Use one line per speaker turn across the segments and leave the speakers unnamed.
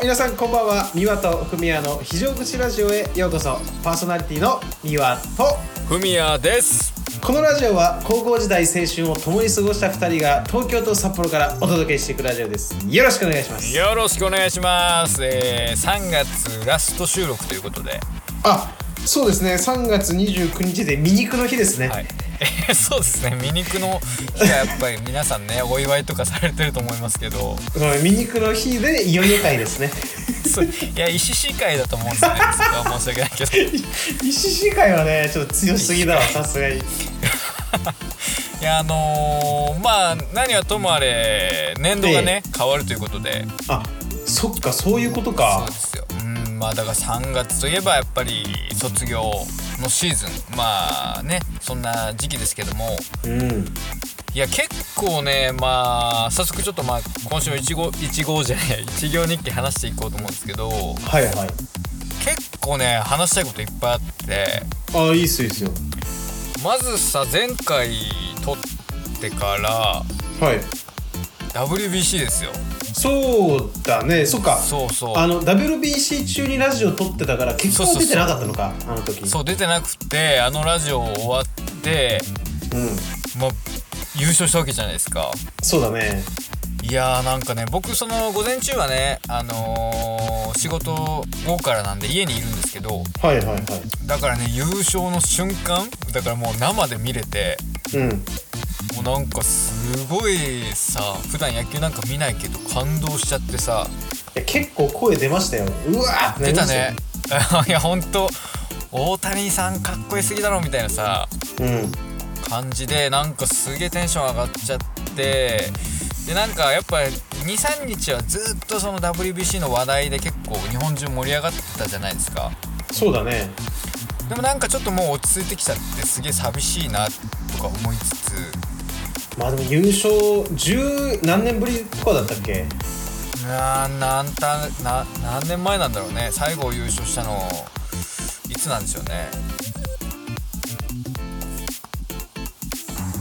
皆さんこんばんは三輪とふみやの非常口ラジオへようこそパーソナリティの三輪と
ふみやです
このラジオは高校時代青春を共に過ごした2人が東京と札幌からお届けしていくラジオですよろしくお願いします
よろしくお願いします、えー、3月ラスト収録ということで、
あそうですね3月29日で醜の日ですね、
はいえーそうですね醜の日はやっぱり皆さんねお祝いとかされてると思いますけど
うん醜の日でいよいよ会です ね
そういや石市会だと思うんですよねそこは申し訳ないけどい
石市会はねちょっと強すぎだわさすがに
やあのー、まあ何はともあれ年度がね、変わるということで
あそっかそういうこと
そう
か
ですようんまあだから3月といえばやっぱり卒業のシーズンまあねそんな時期ですけども
うん
いや結構ねまあ早速ちょっとまあ今週の1号1号じゃない1行 日記話していこうと思うんですけど
はいはい
結構ね話したいこといっぱいあって
あいいっすよいいっすよ
まずさ前回撮ってから
はい
WBC ですよ
そうだねそっか
そうそう
あの WBC 中にラジオ撮ってたから結果は出てなかったのかあの時
そう出てなくてあのラジオ終わって
うん、
まあ優勝したわけじゃないですか
そうだね
いやーなんかね僕その午前中はねあのー仕事午後からなんで家にいるんですけど
はいはいはい
だからね優勝の瞬間だからもう生で見れて
うん
もうなんかすごいさ普段野球なんか見ないけど感動しちゃってさ
いや結構声出ましたようわーってな
出
りま
た
しよ
ね いやほんと大谷さんかっこよすぎだろみたいなさ
うん
感じでなんかすげえテンション上がっちゃってでなんかやっぱ23日はずっとその WBC の話題で結構日本中盛り上がってたじゃないですか
そうだね
でもなんかちょっともう落ち着いてきちゃってすげえ寂しいなとか思いつつ
まあでも優勝十何年ぶりとかだったっけ
ななんたな何年前なんだろうね最後優勝したのいつなんでしょうね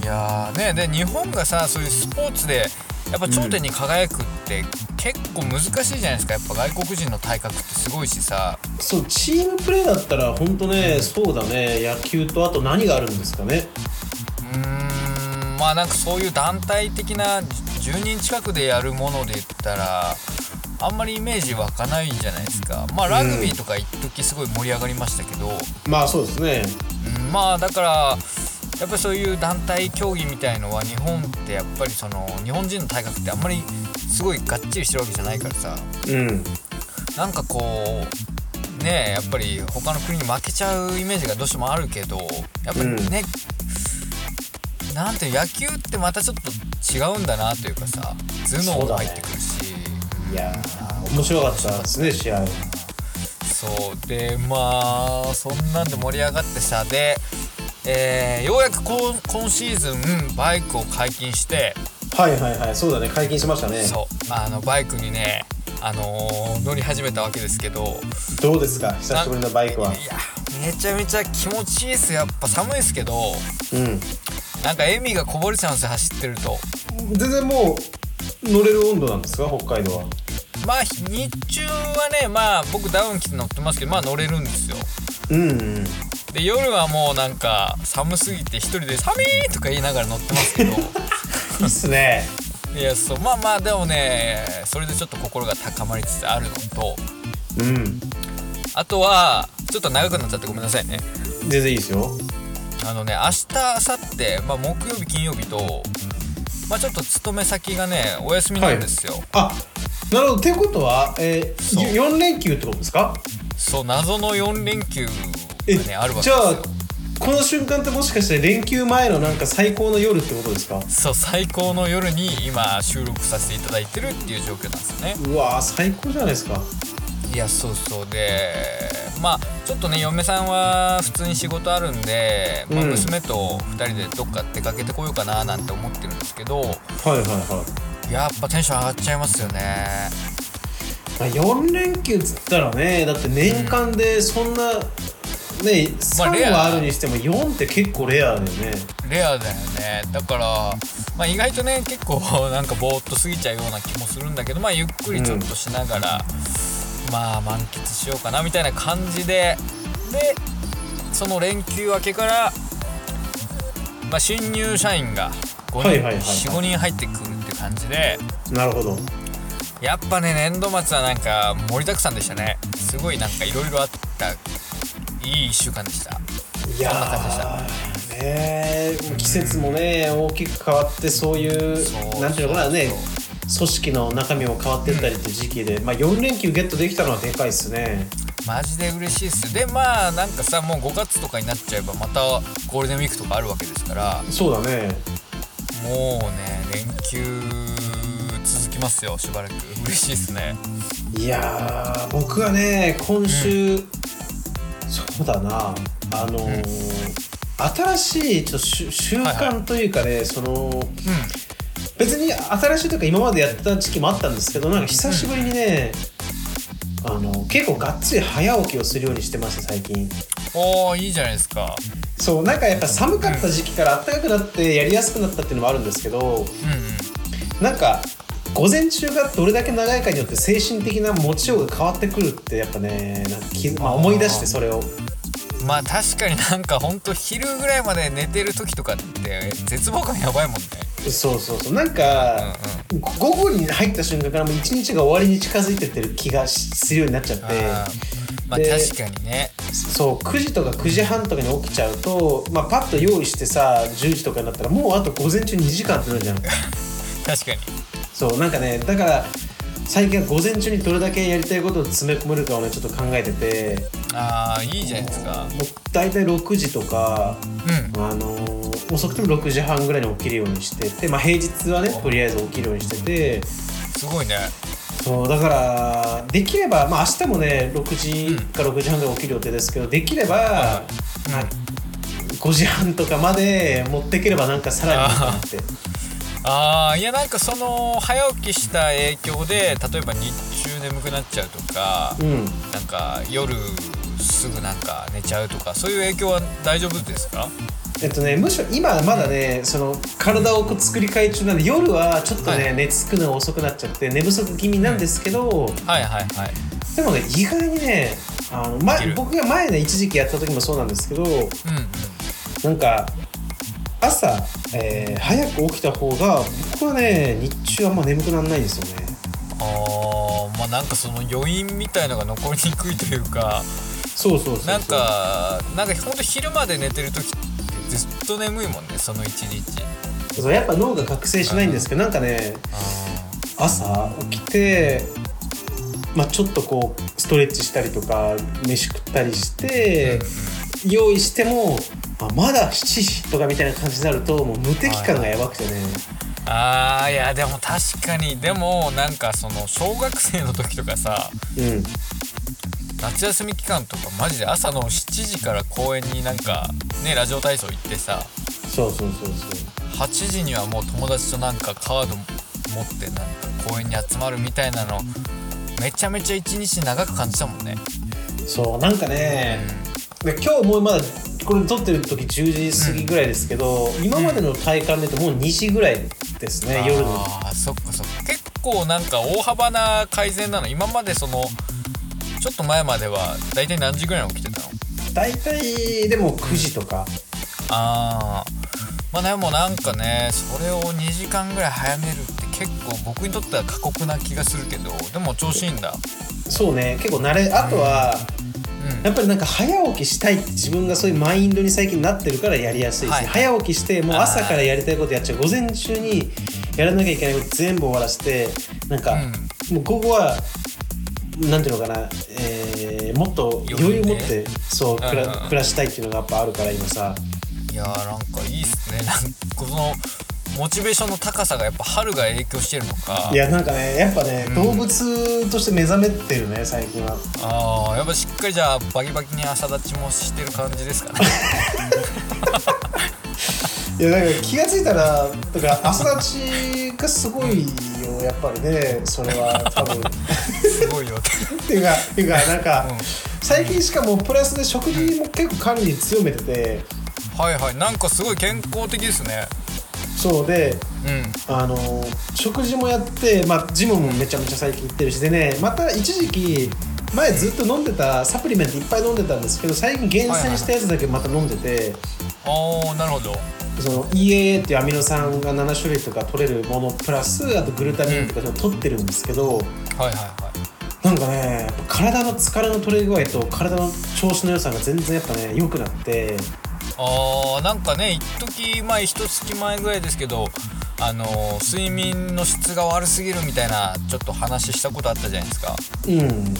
いやーねで日本がさそういうスポーツでやっぱ頂点に輝くって結構難しいじゃないですかやっぱ外国人の体格ってすごいしさ
そうチームプレーだったら本当ねそうだね野球とあと何があるんですかね
うーんまあなんかそういう団体的な10人近くでやるもので言ったらあんまりイメージ湧かないじゃないですかまあラグビーとか一時すごい盛り上がりましたけど、
まあそうですね
うんまあだからやっぱりそういう団体競技みたいのは日本ってやっぱりその日本人の体格ってあんまりすごいがっちりしてるわけじゃないからさ
うん
なんかこうねえやっぱり他の国に負けちゃうイメージがどうしてもあるけどやっぱりね、なんていう野球ってまたちょっと違うんだなというかさ頭脳も入ってくるし。
いやー面白かったですね試合
そうでまあそんなんで盛り上がってさで、えーようやくこん今シーズンバイクを解禁して、
はいはいはいそうだね解禁しましたね
そうあのバイクにね、あのー乗り始めたわけですけど
どうですか久しぶりのバイクはい
やめちゃめちゃ気持ちいいですやっぱ寒いですけど
うん
なんか笑みがこぼれちゃうんですよ走ってると
全然もう乗れる温度なんですか北海道は
まあ日中はねまあ僕ダウン着て乗ってますけどまあ乗れるんですよ
うん、うん、
で夜はもうなんか寒すぎて一人で「寒い!」とか言いながら乗ってます けど
いいっすね
いやそうまあまあでもねそれでちょっと心が高まりつつあるのと
うん
あとはちょっと長くなっちゃってごめんなさいね
全然いいですよ
あのね明日明後日、まあ、木曜日金曜日と、まあ、ちょっと勤め先がねお休みなんですよ、
あなるほどってことは、え
そう
ー、4連休ってことですか
そう謎の4連休が
え、
ねあるわけです
じゃあ
よ
この瞬間ってもしかして連休前のなんか最高の夜ってことですか
そう最高の夜に今収録させていただいてるっていう状況なんですよね
うわー最高じゃないですか
いやそうそうでまあちょっとね嫁さんは普通に仕事あるんで、まあ
うん
娘と2人でどっか出かけてこようかななんて思ってるんですけど
はいはいはい、
やっぱテンション上がっちゃいますよね
まあ、4連休っつったらねだって年間でそんな、ね
まあレ
3
ア
はあるにしても4って結構レアだよね
レアだよねだから、まあ、意外とね結構なんかぼーっと過ぎちゃうような気もするんだけどまあゆっくりちょっとしながら、まあ満喫しようかなみたいな感じででその連休明けから、まあ、新入社員が5人、
はいはいはいはい
45人入ってくるって感じで
なるほど
やっぱね年度末はなんか盛りだくさんでしたねすごいなんかいろいろあったいい1週間でした
いや
そんな感じでした
ーねーもう季節もね大きく変わってそういう
そう
なんていうのかなね組織の中身も変わってったりって時期で、まあ、4連休ゲットできたのはでかいっすね
マジで嬉しいっすでまあなんかさもう5月とかになっちゃえばまたゴールデンウィークとかあるわけですから
そうだね
もうね連休続きますよしばらく嬉しいですね
いやー僕はね今週、そうだなあのー新しいちょっと習習
はいは
慣というかね、その
う
別に新しいというか今までやってた時期もあったんですけどなんか久しぶりにね、あの結構がっつり早起きをするようにしてました最近
んおーいいじゃないですか
そうなんかやっぱ寒かった時期から暖かくなってやりやすくなったっていうのもあるんですけど
うんうん
なんか午前中がどれだけ長いかによって精神的な持ちようが変わってくるってやっぱねなんか気、まあ、思い出してそれを
まあ確かになんかほんと昼ぐらいまで寝てる時とかって絶望感やばいもんね
そうそうそうなん
うんうん
か、午後に入った瞬間からもう一日が終わりに近づいてってる気がしするようになっちゃって
あーまあ
で
確かにね
そう9時とか9時半とかに起きちゃうと、まあ、パッと用意してさ10時とかになったらもうあと午前中2時間ってなるじゃん
確かに
そうなんかねだから最近は午前中にどれだけやりたいことを詰め込めるかをねちょっと考えてて
ああいいじゃないですか
もう大体6時とか、
うん
あのー遅くても6時半ぐらいに起きるようにしてて、まあ、平日はねとりあえず起きるようにしてて
すごいね
そうだからできれば、まあ、明日もね6時か6時半ぐらい起きる予定ですけどできれば、
うん
まあ5時半とかまで持ってければなんかさらにいいかなって
あーいやなんかその早起きした影響で例えば日中眠くなっちゃうとか
うん
なんか夜すぐなんか寝ちゃうとかそういう影響は大丈夫ですか
えっとねむしろ今まだねその体をこう作り変え中なんで夜はちょっとね、
はい
寝つくのが遅くなっちゃって寝不足気味なんですけど、
はいはいはい
でもね意外にねあの、ま
いけ、る
僕が前ね一時期やった時もそうなんですけど
うんうん
なんか朝、えー早く起きた方が僕はね日中あんま眠くならないんですよね
あーまあなんかその余韻みたいのが残りにくいというか
そうそうそうそう
なんかなんかほんと昼まで寝てる時ってずっと眠いもんねその一日
そうやっぱ脳が覚醒しないんですけどなんかね
あ
朝起きて、まあ、ちょっとこうストレッチしたりとか飯食ったりして、用意してもあまだ7時とかみたいな感じになるともう無敵感がやばくてね、
あーいやでも確かにでもなんかその小学生の時とかさ
うん
夏休み期間とかマジで朝の7時から公園になんかねラジオ体操行ってさ
そうそうそうそう
8時にはもう友達となんかカード持ってなんか公園に集まるみたいなのめちゃめちゃ一日長く感じたもんね。
そうなんかね、で今日もうまだこれ撮ってる時10時過ぎぐらいですけど、今までの体感で言うともう2時ぐらいですね、夜の
あーそっかそっか結構なんか大幅な改善なの今までそのちょっと前までは大体何時ぐらいに起きてたの
大体でも9時とか
あーまあでもなんかねそれを2時間ぐらい早めるって結構僕にとっては過酷な気がするけどでも調子いいんだ
そうね結構慣れあとは、
うん
やっぱりなんか早起きしたいって自分がそういうマインドに最近なってるからやりやすいし、
はい
早起きしてもう朝からやりたいことやっちゃう午前中にやらなきゃいけないこと全部終わらせてなんか、もう午後はなんていうのかな、えーもっと余裕を持っ
余裕
て、そう暮
うんうん
ら
うん
暮らしたいっていうのがやっぱあるから今さ
いやーなんかいいっすねなんかこのモチベーションの高さがやっぱ春が影響してるのか
いやなんかねやっぱね、
うん
動物として目覚めてるね最近は
あーやっぱしっかりじゃあバキバキに朝立ちもしてる感じですかね
いやなんか気がついたらだから朝立ちがすごいよやっぱりねそれは多分。
すごいよ
っていうか、っていうかなんか、
うん
最近しかもプラスで食事も結構管理強めてて、
はいはいなんかすごい健康的ですね
そうで、
うん
あの食事もやって、まあ、ジムもめちゃめちゃ最近行ってるしでねまた一時期前ずっと飲んでたサプリメントいっぱい飲んでたんですけど最近厳選したやつだけまた飲んでて、
ああなるほど
その EAA っていうアミノ酸が7種類とか取れるものプラスあとグルタミンとかその取ってるんですけど、
はいはいはい
なんかねやっぱ体の疲れの取れ具合と体の調子の良さが全然やっぱね良くなって
あーなんかね一時前一月前ぐらいですけどあのー睡眠の質が悪すぎるみたいなちょっと話したことあったじゃないですか
うん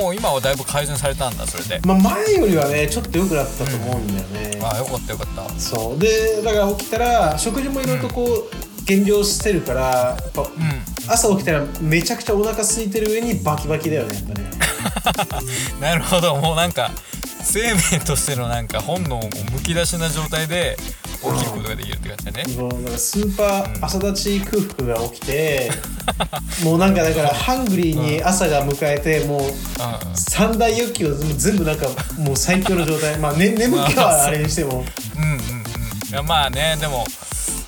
もう今はだいぶ改善されたんだそれで
まあ前よりはねちょっと良くなったと思うんだよね、
ああよかったよかった
そうでだから起きたら食事もいろいろとこう減量してるからやっぱ
う
朝起きたらめちゃくちゃお腹空いてる上にバキバキだよねやっぱね
んなるほどもうなんか生命としてのなんか本能をむき出しな状態で起きることができるって感じだね
もうだからスーパー朝立ち空腹が起き てもうなんかだからハングリーに朝が迎えてもう
うん
三大欲求を全部なんかもう最強の状態まあ、ね、眠気はあれにしても
うんうんうんいやまあねでも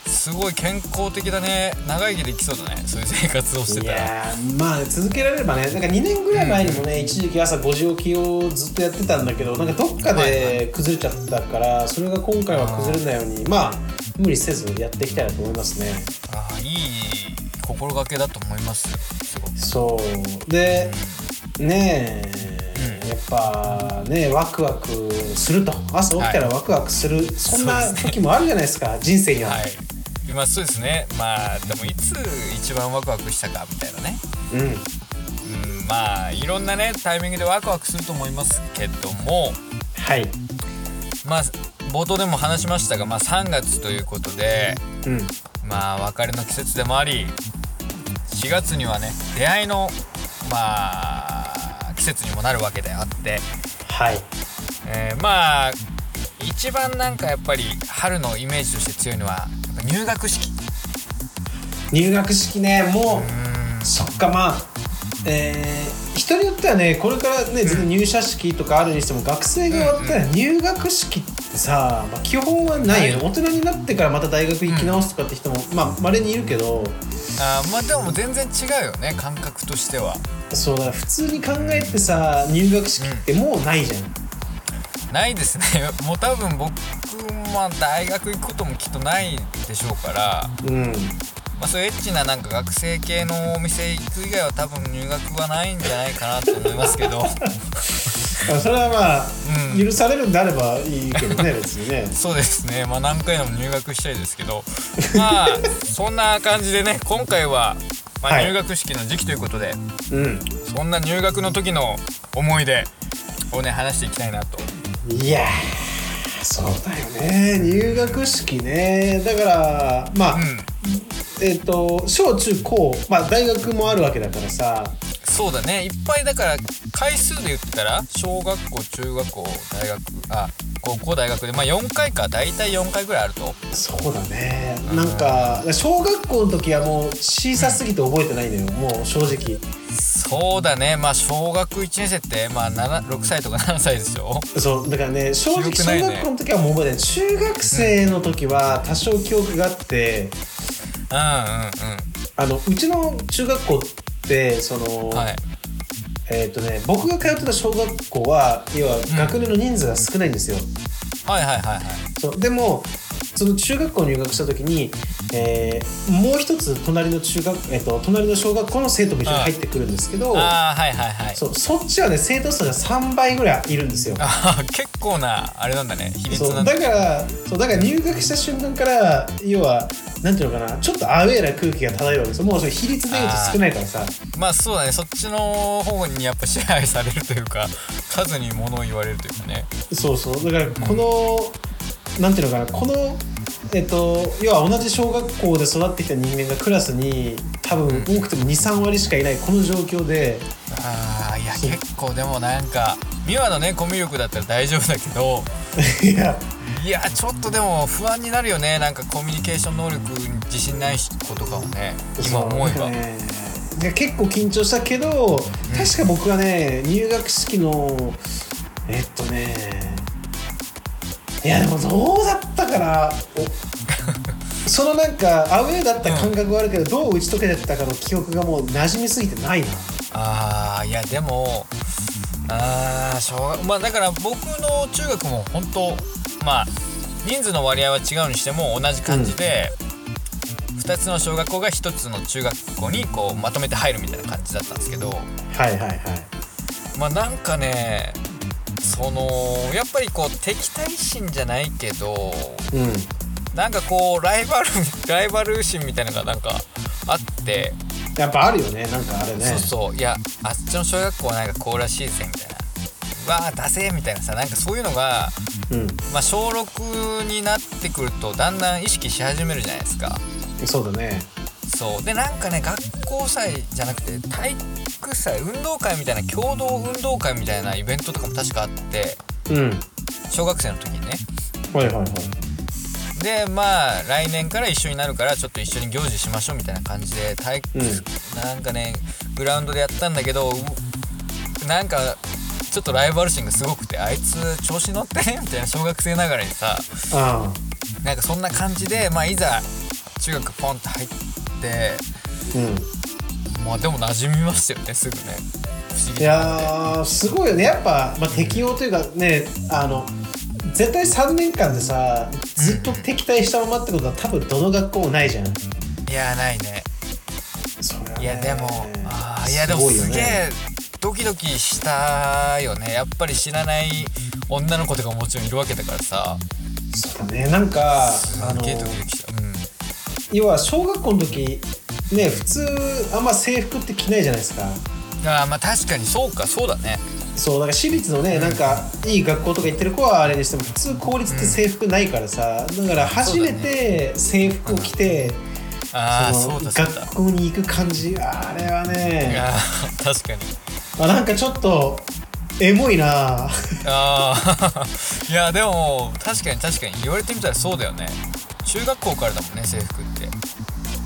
すごい健康的だね長生きできそうだねそういう生活をして
い
たら
やーまあ続けられればねなんか2年ぐらい前にもね、一時期朝5時起きをずっとやってたんだけどなんかどっか
はいは
で崩れちゃったからそれが今回は崩れないようにまあ無理せずやっていきたいなと思いますね
ああいい心がけだと思いますすごく
そうでねえ、やっぱねワクワクすると朝起きたらワクワクする、そんな時もあるじゃないですか人生には、
はい今そうですねまあでもいつ一番ワクワクしたかみたいなね
うん
うんまあいろんなねタイミングでワクワクすると思いますけども
はい
まあ冒頭でも話しましたが、まあ、3月ということで
うん
まあ別れの季節でもあり4月にはね出会いのまあ季節にもなるわけであって、
はい
えーまあ一番なんかやっぱり春のイメージとして強いのはやっぱ入学式
入学式ねもう、
うん
そっかまあえー人によってはねこれからね全然入社式とかあるにしても学生が終わったら入学式ってさ、まあ、基本はないよね大人になってからまた大学行き直すとかって人もまあ稀にいるけど
あーまあでも全然違うよね感覚としては
そうだ普通に考えてさ入学式ってもうないじゃん、
ないですね もう多分僕まあ大学行くこともきっとないでしょうから
うん、
まあ、そういうエッチななんか学生系のお店行く以外は多分入学はないんじゃないかなと思いますけど
それはまあ、
うん
許されるんであればいいけ どね別にね
そうですねまあ何回でも入学したいですけどまあそんな感じでね今回は、まあ、
はい
入学式の時期ということで、
うん
そんな入学の時の思い出をね話していきたいなと
いやーそうだよね入学式ねだからまあ、
うん
えっ、と小中高、まあ、大学もあるわけだからさ
そうだねいっぱいだから回数で言ったら小学校中学校大学あ高校大学でまあ4回か大体4回ぐらいあると
そうだねなんか小学校の時はもう小さすぎて覚えてないのよもう正直
そうだねまあ小学1年生ってまあ7 6歳とか7歳でしょ
そうだからね正直小
記憶ないね
学校の時はもう覚えてない中学生の時は多少記憶があって
うんうん
あのうちの中学校ってその、
うんはい
えっ、とね僕が通ってた小学校は要は学年の人数が少ないんですよ、
はいはいはいはい
そうでもその中学校入学した時に、えーもう一つ隣の中学、えっと隣の小学校の生徒も一緒に入ってくるんですけど
ああはいはいはい
そうそっちはね生徒数が3倍ぐらいいるんですよ。
あー 結構なあれなんだね比率
そ
な
うん
だ
だからそうだから入学した瞬間から要はなんていうのかなちょっとアウェーな空気が漂うわけですよもうそれ比率でいうと少ないからさ
まあそうだねそっちの方にやっぱ支配されるというか数に物を言われるというかね
そうそうだからこの、なんていうのかなこのえっと要は同じ小学校で育ってきた人間がクラスに多分多くても23割しかいないこの状況で
ああいや結構でもなんか美和のねコミュ力だったら大丈夫だけど
いや
いやちょっとでも不安になるよねなんかコミュニケーション能力に自信ない子とかをね今思え
そ
ば、
うねで結構緊張したけど、確か僕はね入学式のえっとねいやでもどうだったか なおそのなんかアウェーだった感覚はあるけど、どう打ち解けてったかの記憶がもう馴染みすぎてないな
あーいやでもああ小学まあだから僕の中学も本当まあ人数の割合は違うにしても同じ感じで、二2つの小学校が1つの中学校にこうまとめて入るみたいな感じだったんですけど
はいはいはい
まあなんかねそのやっぱりこう敵対心じゃないけど
うん
なんかこうライバル ライバル心みたいなのがなんかあって、
やっぱあるよねなんかあれね
そうそういやあっちの小学校はなんかこうらしいぜみたいなうわあダセーみたいなさなんかそういうのが
うん
まあ、小6になってくるとだんだん意識し始めるじゃないですか
そうだね
そうでなんかね学校祭じゃなくて体育祭運動会みたいな共同運動会みたいなイベントとかも確かあって
うん
小学生の時にね
はいはいはい
でまあ来年から一緒になるからちょっと一緒に行事しましょうみたいな感じで体育、
う
なんかねグラウンドでやったんだけどうなんかちょっとライバル心がすごくてあいつ調子乗ってねみたいな小学生ながらにさ
あ
なんかそんな感じで、まあ、いざ中学ポンと入って
あうん
まあでも馴染みましたよねすぐね不思
い
議なもんで
やーすごいよねやっぱ、まあ、適応というかねあの絶対3年間でさずっと敵対したままってことは多分どの学校もないじゃん
いやーないね
それはいね
やでもあーいやでも
ごいよ
すげ
ね
えドキドキしたよねやっぱり知らない女の子とかももちろんいるわけだからさ
そうだねなんか
す
あの
げえドキドキしたうん
要は小学校の時ね普通あんま制服って着ないじゃないですか
あーまあ確かにそうかそうだね
そうだから私立のねなんかいい学校とか行ってる子はあれにしても普通公立って制服ないからさ、だから初めて制服を着て
ああ
その
そうだそうだ
学校に行く感じあれはね
あー 確かに
あなんかちょっとエモい な
あー いやでも確かに確かに言われてみたらそうだよね中学校からだもんね制服って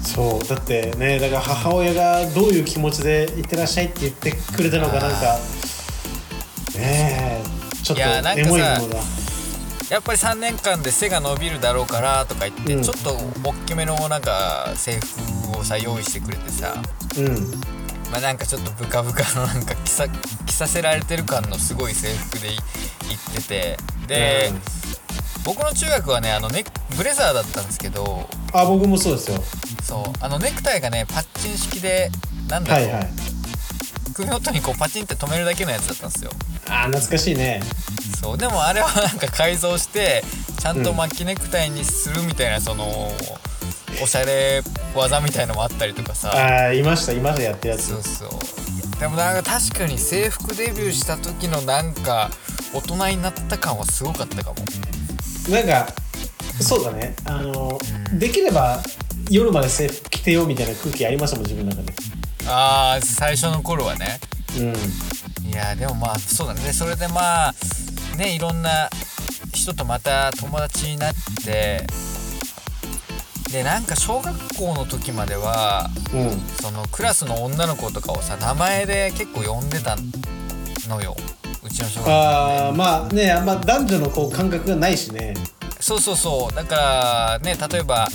そうだってねだから母親がどういう気持ちで行ってらっしゃいって言ってくれたのかなんかねえちょっ
いやなん
と
か
エ
さ
モいものが
やっぱり3年間で背が伸びるだろうからとか言って、
うん
ちょっと大きめのなんか制服をさ用意してくれてさ
うん
まあなんかちょっとブカブカのなんか着さ着させられてる感のすごい制服でい行っててで、
うん
僕の中学はねあのネッブレザーだったんですけど
あ僕もそうですよ
そうあのネクタイがねパッチン式でなんだ
は
ろう、
いはい
首元にこうパチンって止めるだけのやつだったんですよ
あー懐かしいね
そうでもあれはなんか改造してちゃんと巻きネクタイにするみたいな、そのおしゃれ技みたいのもあったりとかさ
あーいましたいましたやってるやつ
そうそうでもなんか確かに制服デビューした時のなんか大人になった感はすごかったかも
なんかそうだねあの、できれば夜まで制服着てよみたいな空気ありましたもん自分の中で
あー最初の頃はね
うん
いやでもまあそうだねでそれでまあねいろんな人とまた友達になってでなんか小学校の時までは
うん
そのクラスの女の子とかをさ名前で結構呼んでたのようちの小学校
ああまあねあんま男女のこう感覚がないしね
そうそうそうだからね例えば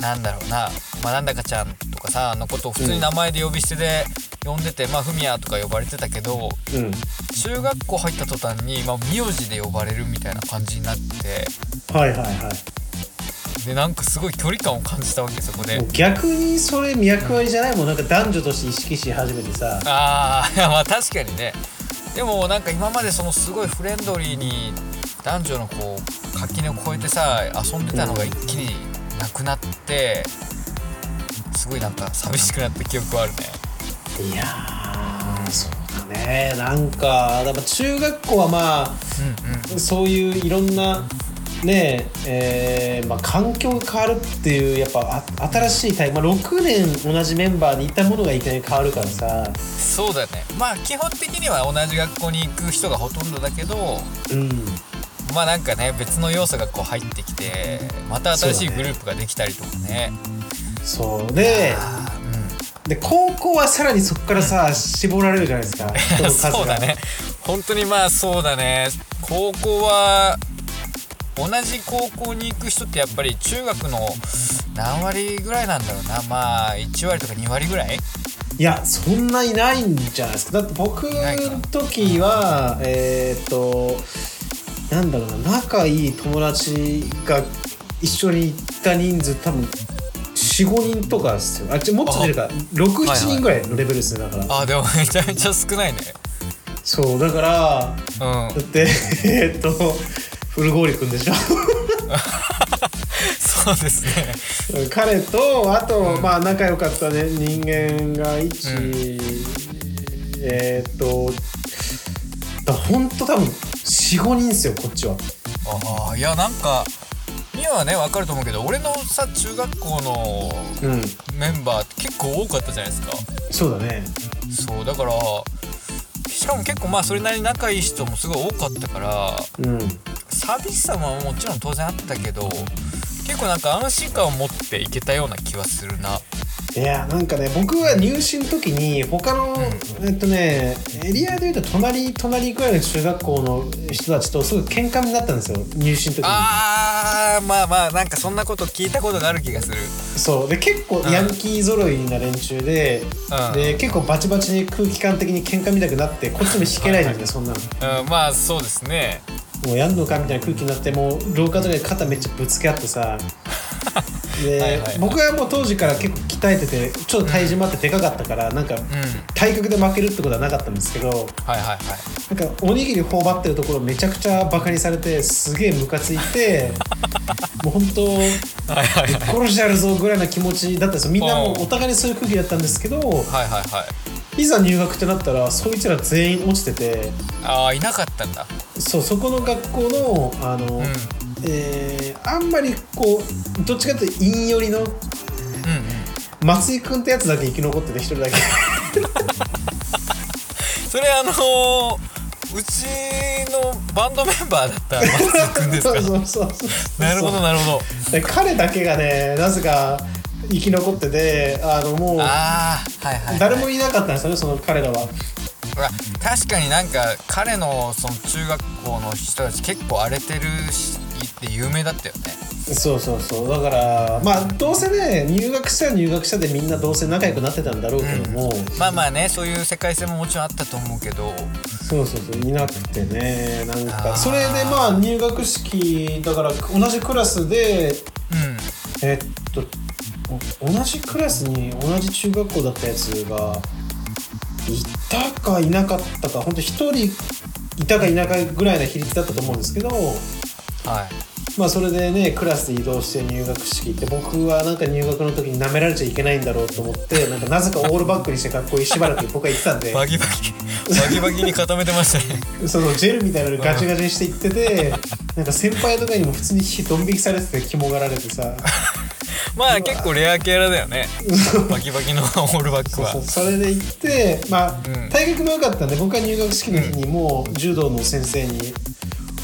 なんだろうな、まあ、なんだかちゃんとかさあのことを普通に名前で呼び捨てで呼んでて、まあふみやとか呼ばれてたけど
うん
中学校入った途端に、まあ、名字で呼ばれるみたいな感じになって
はいはいはい
でなんかすごい距離感を感じたわけそこで
もう逆にそれ役割じゃないもんなんか男女として意識し始めてさ
ああ まあ確かにねでもなんか今までそのすごいフレンドリーに男女のこう垣根を越えてさ遊んでたのが一気になくなってすごいなんか寂しくなった記憶はあるね
いやーそうだねなんかだから中学校はまあ
うんうん
そういういろんなねええーまあ、環境が変わるっていうやっぱあ新しいタイプ、まあ、6年同じメンバーにいたものがいきなり変わるからさ、
そうだねまあ基本的には同じ学校に行く人がほとんどだけど
うん、
まあなんかね別の要素がこう入ってきてまた新しいグループができたりとかね
そうで
あーうん
で高校はさらにそこからさ絞られるじゃないですか人の数が
そうだね本当にまあそうだね高校は同じ高校に行く人ってやっぱり中学の何割ぐらいなんだろうなまあ1割とか2割ぐらい
いやそんないないんじゃないですかだって僕の時はえーっとなんだろうな仲いい友達が一緒に行った人数多分45人とかですよあちもっと出るか67
はい
人ぐらいのレベルですねだから、
あでもめちゃめちゃ少ないね
そうだから
うん
だってえーっと古郡君でしょ
そうですね
彼とあと、まあ仲良かった、ね、人間が1、えーっとだほんと多分45人ですよこっちは
ああいやなんかミアはね分かると思うけど俺のさ中学校の
うん
メンバーって結構多かったじゃないですか
そうだね
そうだからしかも結構まあそれなりに仲いい人もすごい多かったから
うん
寂しさももちろん当然あったけど結構なんか安心感を持っていけたような気はするない
やなんかね僕は入試の時に他の、えっとねエリアでいうと隣隣ぐらいの中学校の人たちとすごい喧嘩になったんですよ入試の時に
あーまあまあなんかそんなこと聞いたことがある気がする
そうで結構
うん
ヤンキー揃いな連中で、
うん
で結構バチバチに空気感的に喧嘩みたくなってこっちも引けないじゃんねそんなの
うんまあそうですね
もうやんのかみたいな空気になってもう廊下とかで肩めっちゃぶつけ合って さで
はいはいはい
僕はもう当時から結構鍛えててちょっと体重もあってでかかったから、なんか
うん
体格で負けるってことはなかったんですけど
はいはいはい
なんかおにぎり頬張ってるところめちゃくちゃバカにされてすげえムカつい てもう本当
はいはいはい
殺してやるぞぐらいな気持ちだったんですよみんなも
おう
うお互いにそういう空気だったんですけど
はいはいはい
いざ入学ってなったらそいつら全員落ちてて
ああいなかったんだ
そうそこの学校のあの、
うんうんうん
えーあんまりこうどっちかというと陰寄りの松井君ってやつだけ生き残ってて一人だけ
それあのーうちのバンドメンバーだった松井君です
そ
か
うそうそうそう
なるほどなるほど
で彼だけがねなぜか生き残っててあのもう
ああはいはい、はい、
誰もいなかったんですよねその彼らは
ほら確かになんか彼のその中学校の人たち結構荒れてるしって有名だったよね
そうそうそうだからまあどうせね入学したら入学したでみんなどうせ仲良くなってたんだろうけども、
まあまあねそういう世界線ももちろんあったと思うけど
そうそうそういなくてねなん
あー
かそれでまあ入学式だから同じクラスで
うん
えっとお同じクラスに同じ中学校だったやつがいたかいなかったかほんと1人いたかいなかぐらいの比率だったと思うんですけど
はい
まあそれでねクラスで移動して入学式行って僕はなんか入学の時に舐められちゃいけないんだろうと思ってなんかなぜかオールバックにして学校にしばらく僕は行ってたんで
バギバギバギバギに固めてましたね
そのジェルみたいなのガチガチにしていっててなんか先輩とかにも普通にドン引きされてて肝がられてさ
まあ結構レアキャラだよねバギバギのオールバック
そう
は
そうそれで行ってまあ、
うん
体格も良かったんで僕は入学式の日にもう柔道の先生に「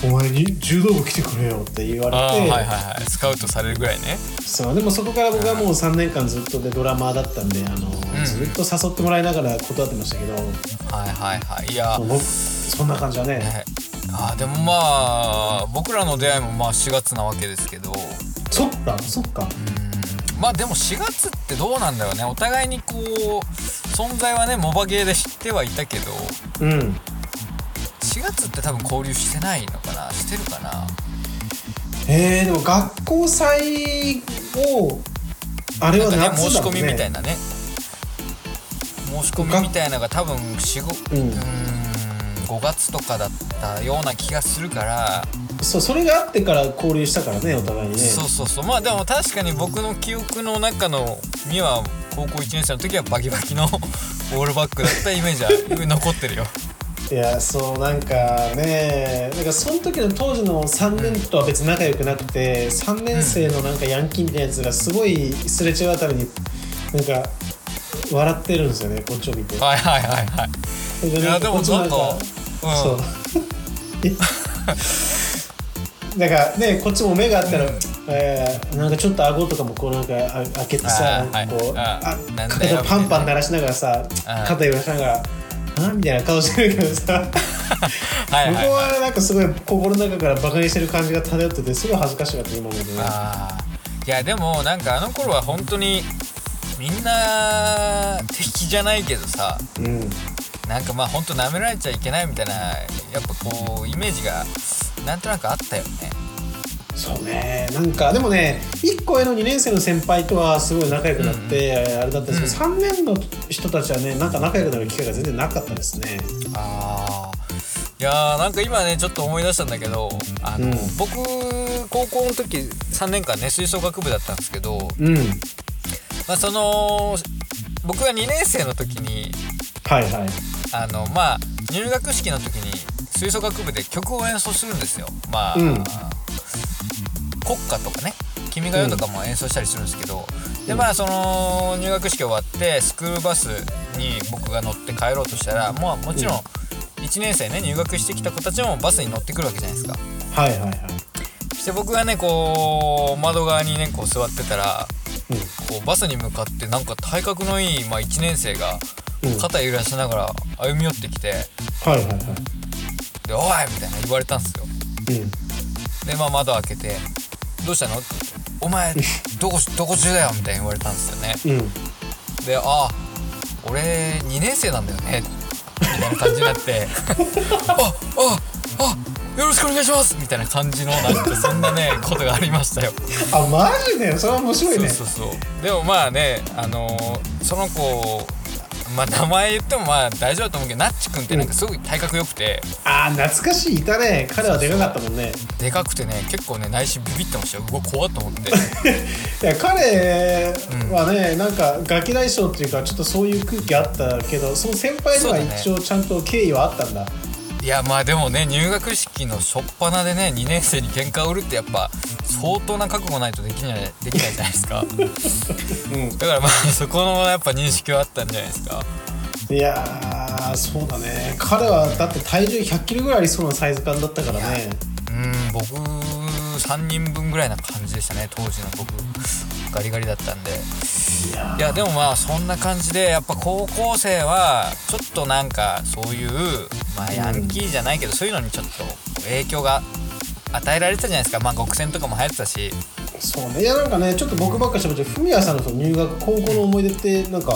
お前に柔道部来てくれよ」って言わ
ああ
れ
は
て、
いはいはいスカウトされるぐらいね
そうでもそこから僕はもう3年間ずっとでドラマーだったんであの、
ん
ずっと誘ってもらいながら断ってましたけど、
はいはいはいいや、
僕そんな感じはね
ね、あーでもまあ僕らの出会いもまあ4月なわけですけど
そっかそっか
うんまあでも4月ってどうなんだろうねお互いにこう存在はねモバゲーで知ってはいたけど
うん
4月って多分交流してないのかなしてるかな
えー、でも学校祭をあれ
な
は
んかね
夏
申し
だも
込
ん
みみた
ね
いなね申し込みみたいなのが多分
う
45
ん
うーん5月とかだったような気がするから、
そうそれがあってから交流したからねお互いにね
そうそうそうまあでも確かに僕の記憶の中の美は高校1年生の時はバキバキの オールバックだったイメージは残ってるよ
いやそうなんかねなんかその時の当時の3年とは別に仲良くなくて3年生のなんかヤンキーみたいなやつがすごいすれ違うためになんか笑ってるんですよねこっちを見て。
はいはいはいはい
で
いやで
こ
も
っちも
なんか
そうう なんかねこっちも目があったら、
うん
えーなんかちょっと顎とかもこうなんかあ開けてさ
あーはい
こう、
あー
あ
なんだよ
肩パンパン鳴らしながらさ
あー
肩揺らしながら「あーみたいな顔してるけどさ
んは
向こ
いはいうはい
はなんかすごい心の中からバカにしてる感じが漂っててすごい恥ずかしかった今までね
あーいやでもなんかあの頃は本当にみんな敵じゃないけどさ
うん
なんかまあほんと舐められちゃいけないみたいなやっぱこうイメージがなんとなくあったよね
そうねなんかでもね1個上の2年生の先輩とはすごい仲良くなって、あれだったんですけど、3年の人たちはねなんか仲良くなる機会が全然なかったですね
あーいやーなんか今ねちょっと思い出したんだけどあの、
うん
僕高校の時3年間ね吹奏楽部だったんですけど、
うん
まあ、その僕が2年生の時に
はいはい
あのまあ入学式の時に吹奏楽部で曲を演奏するんですよまあ、
うん
国歌とかね「君が代」とかも演奏したりするんですけど、でまあその入学式終わってスクールバスに僕が乗って帰ろうとしたらまあもちろん1年生ね入学してきた子たちもバスに乗ってくるわけじゃないですか。
はいはいはい
そして僕がねこう窓側にねこう座ってたら
うん
こうバスに向かってなんか体格のいい、まあ、1年生が
うん
肩揺らしながら歩み寄ってきて
はいはいは
「でおい!」みたいな言われたんですよ。
いうん
でまあ窓開けて「どうしたの?」って「お 前どこどこ中だよ」みたいに言われたんですよね。
うん
で「あ俺2年生なんだよね」みたいな感じにな って「あああよろしくお願いします」みたいな感じのなんかそんな ねことがありましたよ。
あマジでそれは面白いね
そうそうそうでもまあねあのーその子まあ名前言ってもまあ大丈夫だと思うけどなっちくんってなんかすごい体格良くて、
ああ懐かしいいたね彼はでかかったもんね
でかくてね結構ね内心ビビってましたようわ怖っと思って
いや彼はね、なんかガキ大将っていうかちょっとそういう空気あったけどその先輩には
そうだね
一応ちゃんと敬意はあったんだ
いやまあでもね入学式の初っ端でね2年生に喧嘩を売るってやっぱ相当な覚悟ないとできないできないじゃないですか
う
だからまあそこのやっぱ認識はあったんじゃないですか
んいやーそうだね彼はだって体重1 0 0キロぐらいありそうなサイズ感だったからね
うん僕3人分ぐらいな感じでしたね当時の僕ガリガリだったんで
いや
いやでもまあそんな感じでやっぱ高校生はちょっとなんかそういうまあヤンキーじゃないけどそういうのにちょっと影響が与えられてたじゃないですかまあ極戦とかも流行ってたし
ーそうねいやなんかねちょっと僕ばっかしゃべってフミヤさんのその入学高校の思い出ってなんか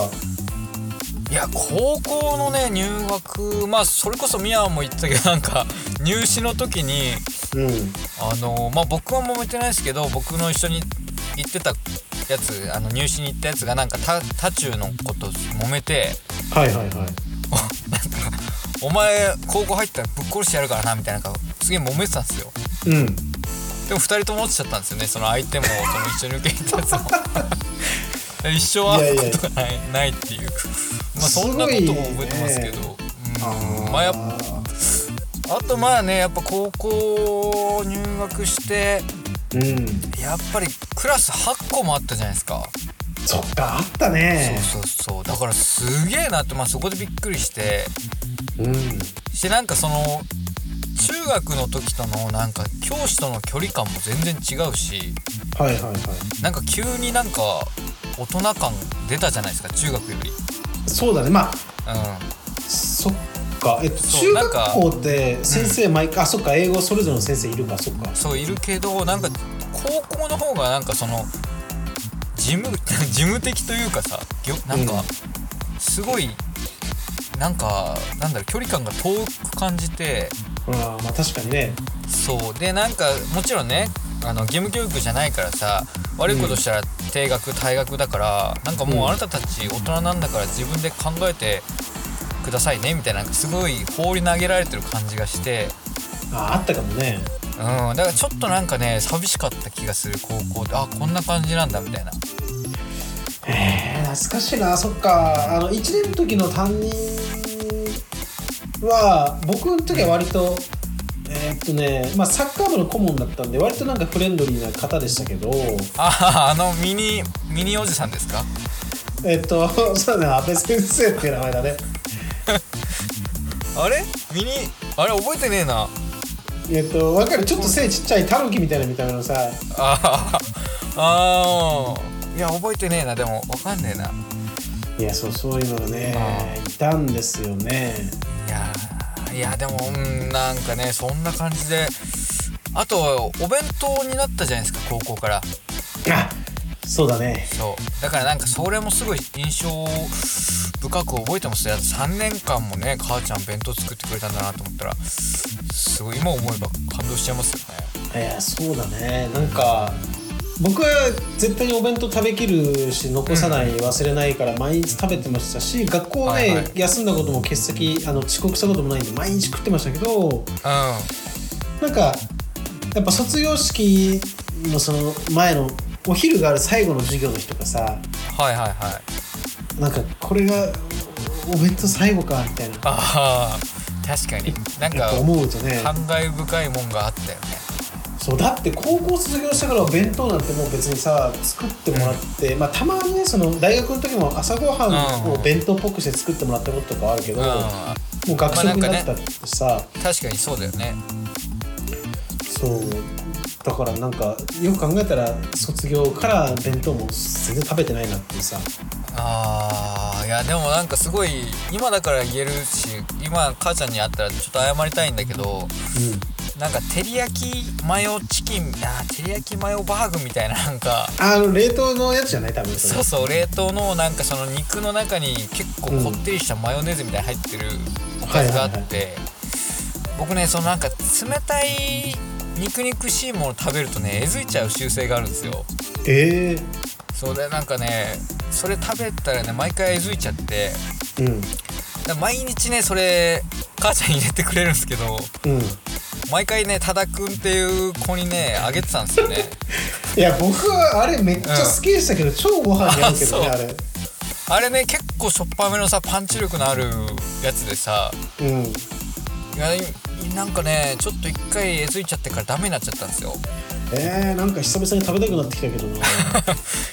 いや高校のね入学まあそれこそミヤも言ってたけど なんか入試の時に
うん
あのまあ僕は揉めてないですけど僕の一緒に行ってたやつあの入試に行ったやつがなんか他他中の子と揉めて。
はいはいはい
なんかお前高校入ったらぶっ殺してやるからなみたいななんかすげえ揉めてたんですよ
うん
でも2人とも落ちちゃったんですよねその相手もその 一緒に受け入れたやつも一生会うことがないないっていうまあそんなことも覚えてますけど
す
うんまあやっぱあとまあねやっぱ高校入学して
うん
やっぱりクラス8個もあったじゃないですか
そっかあったね
そうそうそうだからすげえなってまあそこでびっくりして
うん
してなんかその中学の時とのなんか教師との距離感も全然違うし
はいはいはい
なんか急になんか大人感出たじゃないですか中学より。
そうだねまあ
う
そっか、えっと、
そう
中
なん
学
か
校って先生毎回、あそっか英語それぞれの先生いるかそっか
ん、そういるけどなんか高校の方がなんかその事 務事務的というかさぎょなん
う
かすごいなんかなんだろう距離感が遠く感じて
あーまあ確かにね
そうでなんかもちろんねあの義務教育じゃないからさ悪いことしたら定額退学だから、なんかもうあなたたち大人なんだから自分で考えてくださいねみたいななんかすごい放り投げられてる感じがして、
ああったかもね
うん、だからちょっとなんかね寂しかった気がする高校であこんな感じなんだみたいな
えー、懐かしいなそっかあの1年の時の担任は僕の時は割とえーっとね、まあ、サッカー部の顧問だったんで割となんかフレンドリーな方でしたけど
ああのミニミニおじさんですか
えっと そうだね阿部先生っていう名前だね
あれミニあれ覚えてねえな
えっとわかるちょっと背ちっちゃいタヌキみたいな見た目のさ
あーあーいや覚えてねえなでもわかんねえない
やそうそういうのがねいたんですよね
いやーいやでも、うん、なんかねそんな感じであとお弁当になったじゃないですか高校から
あそうだね
そうだからなんかそれもすごい印象深く覚えてますね3年間もね母ちゃん弁当作ってくれたんだなと思ったらすごい今思えば感動しちゃいますよね
いやそうだねなんか僕は絶対にお弁当食べきるし残さない、忘れないから毎日食べてましたし学校ね、
はいはい
休んだことも欠席あの遅刻したこともないんで毎日食ってましたけどなんかやっぱ卒業式のその前のお昼がある最後の授業の日とかさ
うんはいはいはい
なんかこれがお弁当最後かみたいな
ああ確かになん
やっ
か
ぱ思うとね
感慨深いもんがあったよね
そうだって高校卒業してからは弁当なんてもう別にさ作ってもらって、まあたまにねその大学の時も朝ごはん
うん
を
うん
弁当っぽくして作ってもらったこととかあるけ
う
ど、
ん
もう学食になったってさ、
確かにそうだよね
そうだからなんかよく考えたら卒業から弁当も全然食べてないなっていうさ
あーいやでもなんかすごい今だから言えるし今母ちゃんに会ったらちょっと謝りたいんだけど
うん
なんか照り焼きマヨチキンあー照り焼きマヨバーグみたいななんか
あの冷凍のやつじゃない多分そ
そう
れ
そう冷凍のなんかその肉の中に結構こってりしたマヨネーズみたいに入ってるおかずがあって、
はい
僕ねそのなんか冷たい肉肉しいもの食べるとねえずいちゃう習性があるんですよ
ええ
それでなんかねそれ食べたらね毎回えずいちゃって
うん
だから毎日ねそれ母ちゃん入れてくれるんですけど
うん
毎回ね多田くんっていう子にねあげてたんですよね
いや僕はあれめっちゃ好きでしたけど、超ご飯に合うけどね
あ
あれ
あれね結構しょっぱめのさパンチ力のあるやつでさ
うん
いやいなんかねちょっと一回えずいちゃってからダメになっちゃったんですよ
えー、なんか久々に食べたくなってきたけどな
い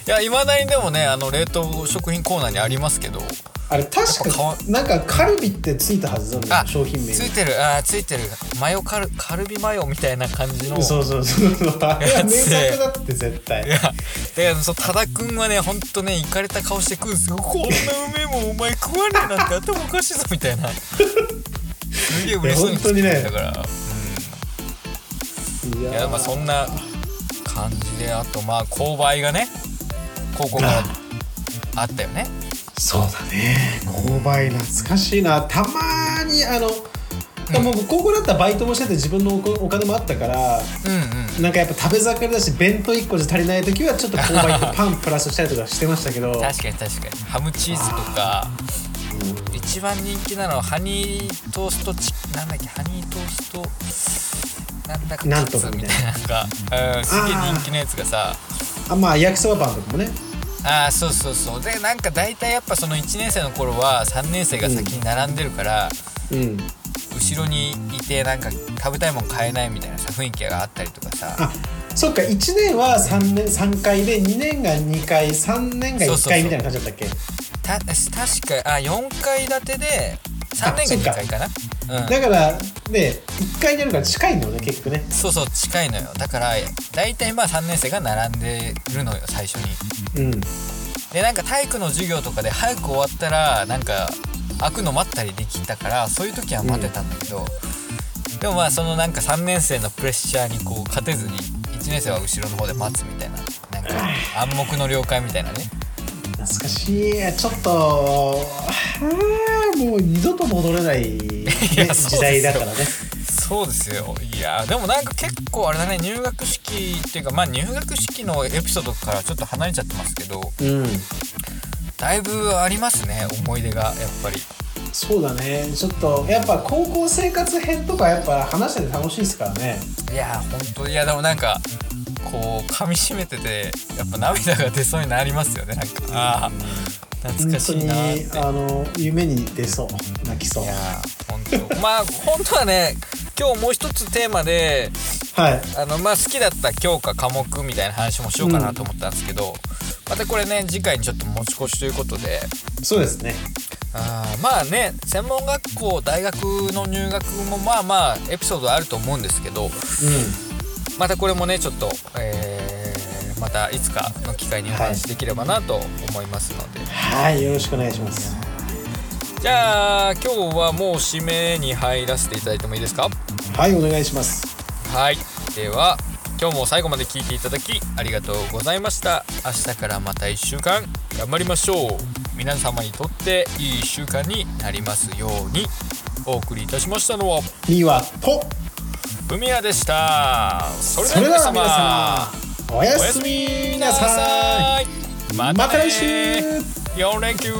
やいまだにでもねあの冷凍食品コーナーにありますけど
あれ確
やっ
かなんかカルビってついたはずなんだよ
あ
商品名に
ついてるあーついてるマヨカルカルビマヨみたいな感じの
そうそうそうそうあれは名作だって絶
い
対
やだからそう多田くんはねほんとねいかれた顔して食うんですよこんなうめえもんお前食わねえなんて頭おかしいぞみたい なすげえ嬉しそうに食ってくれたから
い
いやまあそんな感じであとまあ購買がね高校からあったよね
そうだね購買懐かしいなたまーにあの、
うん
もう高校だったらバイトもしてて自分のお金お金もあったから
うんうん
なんかやっぱ食べ盛りだし弁当1個じゃ足りない時はちょっと購買ってパンプラスしたりとかしてましたけど
確かに確かにハムチーズとか一番人気なのはハニートーストチなんだっけハニートーストなんだか
なん
カ
とか
ツ
み
み
た
た
い
い
な
ななんかうんすげえ人気のやつがさ
あまあ焼きそばパンとかもね
ああそうそうそうでなんか大体やっぱその1年生の頃は3年生が先に並んでるから、
うん
後ろにいてなんか食べたいもん買えないみたいなさ雰囲気があったりとかさ
あそっか1年は 3, 年3回で2年が2回3年が1回みたいな感じだったっけ
た確かあ4階建てで3年
そっか
が2階かなうん
だからね1回になるから近いのね結局ね
そうそう近いのよだから大体まあ3年生が並んでるのよ最初に
うん
でなんか体育の授業とかで早く終わったらなんか開くの待ったりできたからそういう時は待ってたんだけど、でもまあそのなんか3年生のプレッシャーにこう勝てずに1年生は後ろの方で待つみたいななんか暗黙の了解みたいなね
懐かしいちょっとはあもう二度と戻れない,、ね、
やそうですよ
時代だからね
そうですよいやーでもなんか結構あれだね入学式っていうかまあ入学式のエピソードからちょっと離れちゃってますけど
うん
だいぶありますね思い出がやっぱり
そうだねちょっとやっぱ高校生活編とかやっぱ話してて楽しいですからね
いやー本当いやでもなんかこう噛みしめててやっぱ涙が出そうになりますよねなんかああ
本
懐か
当
しいなー
に
って
あの夢に出そう泣きそう
いやー本当まあ本当はね今日もう一つテーマで
はい
あのまあ好きだった教科科目みたいな話もしようかなと思ったんですけど、またこれね次回にちょっと持ち越しということで
そうですね
あーまあね専門学校大学の入学もまあまあエピソードあると思うんですけど
うん
またこれもねちょっと、えーまたいつかの機会にお話しできればなと思いますので、
はい、よろしくお願いします。
じゃあ今日はもう締めに入らせていただいてもいいですか
はい、お願いします。
はいでは今日も最後まで聞いていただきありがとうございました明日からまた1週間頑張りましょう皆様にとっていい1週間になりますようにお送りいたしましたのは
にはと
海谷でしたそれで
そ
は
れで
皆
は
様
皆様おや
おや
す
す
み
み
な
な
さ
さ
い
いま
また
た
来
来
週
週4連休